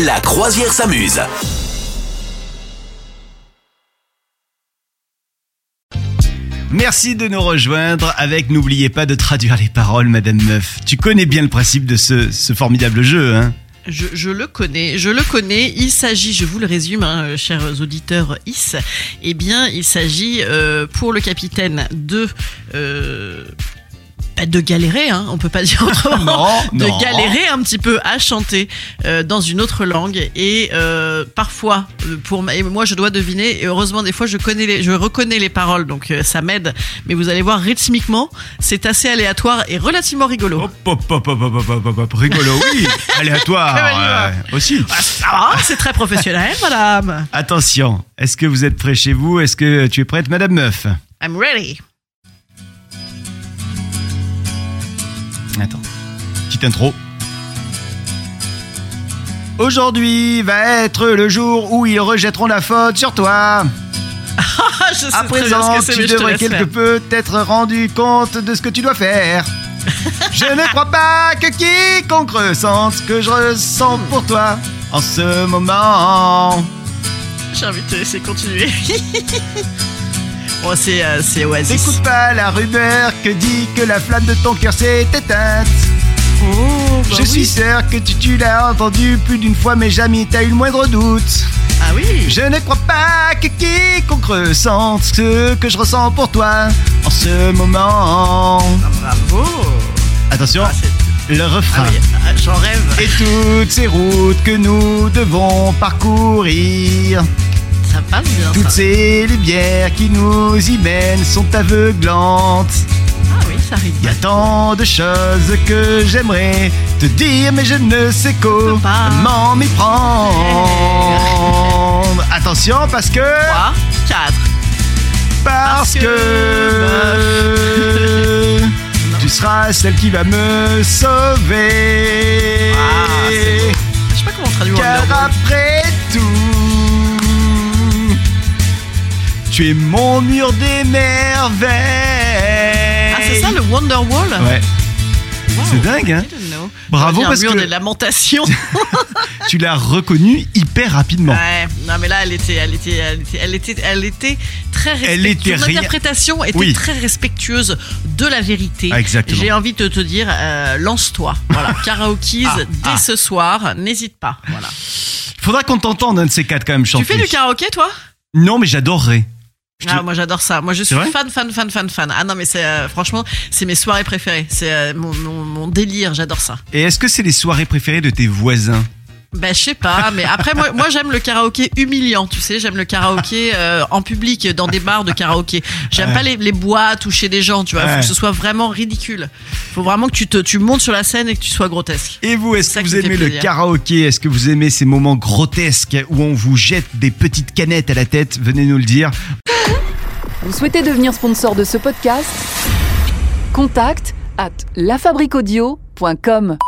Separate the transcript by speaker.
Speaker 1: La croisière s'amuse.
Speaker 2: Merci de nous rejoindre avec N'oubliez pas de traduire les paroles, Madame Meuf. Tu connais bien le principe de ce, ce formidable jeu, hein
Speaker 3: Je, je le connais, je le connais. Il s'agit, je vous le résume, hein, euh, chers auditeurs IS, eh bien, il s'agit euh, pour le capitaine de. euh, bah, de galérer, hein, on peut pas dire
Speaker 2: Oh,
Speaker 3: autrement. de
Speaker 2: non.
Speaker 3: galérer un petit peu à chanter euh, dans une autre langue et euh, parfois euh, pour ma- et moi je dois deviner et heureusement des fois je connais les, je reconnais les paroles donc euh, ça m'aide mais vous allez voir rythmiquement c'est assez aléatoire et relativement rigolo.
Speaker 2: Hop, hop, hop, hop, hop, hop, hop, hop, rigolo, oui, aléatoire
Speaker 3: Cavalier.
Speaker 2: euh, aussi.
Speaker 3: Ça va, Ah, c'est très professionnel, madame.
Speaker 2: Attention, est-ce que vous êtes prêts chez vous Est-ce que tu es prête, Madame Meuf
Speaker 3: I'm ready.
Speaker 2: Attends, petite intro. Aujourd'hui va être le jour où ils rejetteront la faute sur toi.
Speaker 3: Ah, je sais
Speaker 2: À
Speaker 3: très
Speaker 2: présent,
Speaker 3: bien ce que c'est,
Speaker 2: tu
Speaker 3: mais je te
Speaker 2: devrais
Speaker 3: laisse
Speaker 2: quelque
Speaker 3: faire.
Speaker 2: peu t'être rendu compte de ce que tu dois faire. je ne crois pas que quiconque ressente ce que je ressens pour toi en ce moment.
Speaker 3: J'ai envie de te laisser continuer. bon, c'est, euh, c'est Oasis.
Speaker 2: N'écoute pas la rumeur que dit que la flamme de ton cœur s'est éteinte.
Speaker 3: Oh, bah
Speaker 2: je
Speaker 3: oui.
Speaker 2: suis sûr que tu, tu l'as entendu plus d'une fois, mais jamais t'as eu le moindre doute.
Speaker 3: Ah oui.
Speaker 2: Je ne crois pas que quiconque ressente ce que je ressens pour toi en ce moment.
Speaker 3: Ah, bravo.
Speaker 2: Attention,
Speaker 3: Ah, c'est-
Speaker 2: le refrain.
Speaker 3: ah oui, ah, j'en rêve.
Speaker 2: Et toutes ces routes que nous devons parcourir,
Speaker 3: Ça passe bien.
Speaker 2: toutes
Speaker 3: ça.
Speaker 2: ces lumières qui nous y mènent sont aveuglantes.
Speaker 3: Ah oui, ça arrive.
Speaker 2: Il y a tant de choses que j'aimerais te dire, mais je ne sais
Speaker 3: pas.
Speaker 2: comment m'y prendre. Attention, parce que.
Speaker 3: 3, 4.
Speaker 2: Parce
Speaker 3: Parce
Speaker 2: que. Tu seras celle qui va me sauver.
Speaker 3: Ah, c'est beau. Je sais pas comment on traduit
Speaker 2: Car
Speaker 3: Wonderwall.
Speaker 2: après tout, tu es mon mur des merveilles.
Speaker 3: Ah, c'est ça le Wonderwall
Speaker 2: Ouais,
Speaker 3: Wow,
Speaker 2: c'est dingue, hein
Speaker 3: I don't know.
Speaker 2: Bravo,
Speaker 3: On dirait un
Speaker 2: parce
Speaker 3: mur
Speaker 2: que-
Speaker 3: des lamentations.
Speaker 2: tu l'as reconnu hyper rapidement.
Speaker 3: Ouais, non mais là elle était, elle était, elle était, elle était, elle était très respectueuse.
Speaker 2: Elle était
Speaker 3: Son
Speaker 2: rien-
Speaker 3: interprétation était
Speaker 2: Oui.
Speaker 3: très respectueuse de la vérité.
Speaker 2: Ah, exactement.
Speaker 3: J'ai envie de te dire, euh, lance-toi. Voilà, karaokeys
Speaker 2: Ah,
Speaker 3: dès
Speaker 2: ah.
Speaker 3: ce soir, n'hésite pas. Voilà.
Speaker 2: Faudra qu'on t'entende un de ces quatre quand même chanter.
Speaker 3: Tu fais du karaoké toi
Speaker 2: Non, mais j'adorerais. Je te-
Speaker 3: ah, moi j'adore ça. Moi je suis
Speaker 2: vrai
Speaker 3: fan, fan, fan, fan, fan. Ah non mais c'est euh, franchement c'est mes soirées préférées. C'est euh, mon, mon, mon délire. J'adore ça.
Speaker 2: Et est-ce que c'est les soirées préférées de tes voisins
Speaker 3: Ben, je sais pas, mais après, moi, moi j'aime le karaoké humiliant, tu sais, j'aime le karaoké euh, en public, dans des bars de karaoké. J'aime pas les, les boîtes ou chez des gens, tu vois, faut
Speaker 2: Ouais.
Speaker 3: que ce soit vraiment ridicule. Faut vraiment que tu, te, tu montes sur la scène et que tu sois grotesque.
Speaker 2: Et vous, est-ce
Speaker 3: Ça
Speaker 2: que
Speaker 3: qui
Speaker 2: vous
Speaker 3: me fait
Speaker 2: aimez le
Speaker 3: plaisir.
Speaker 2: karaoké Est-ce que vous aimez ces moments grotesques où on vous jette des petites canettes à la tête Venez nous le dire.
Speaker 4: Vous souhaitez devenir sponsor de ce podcast Contact à lafabriquaudio.com.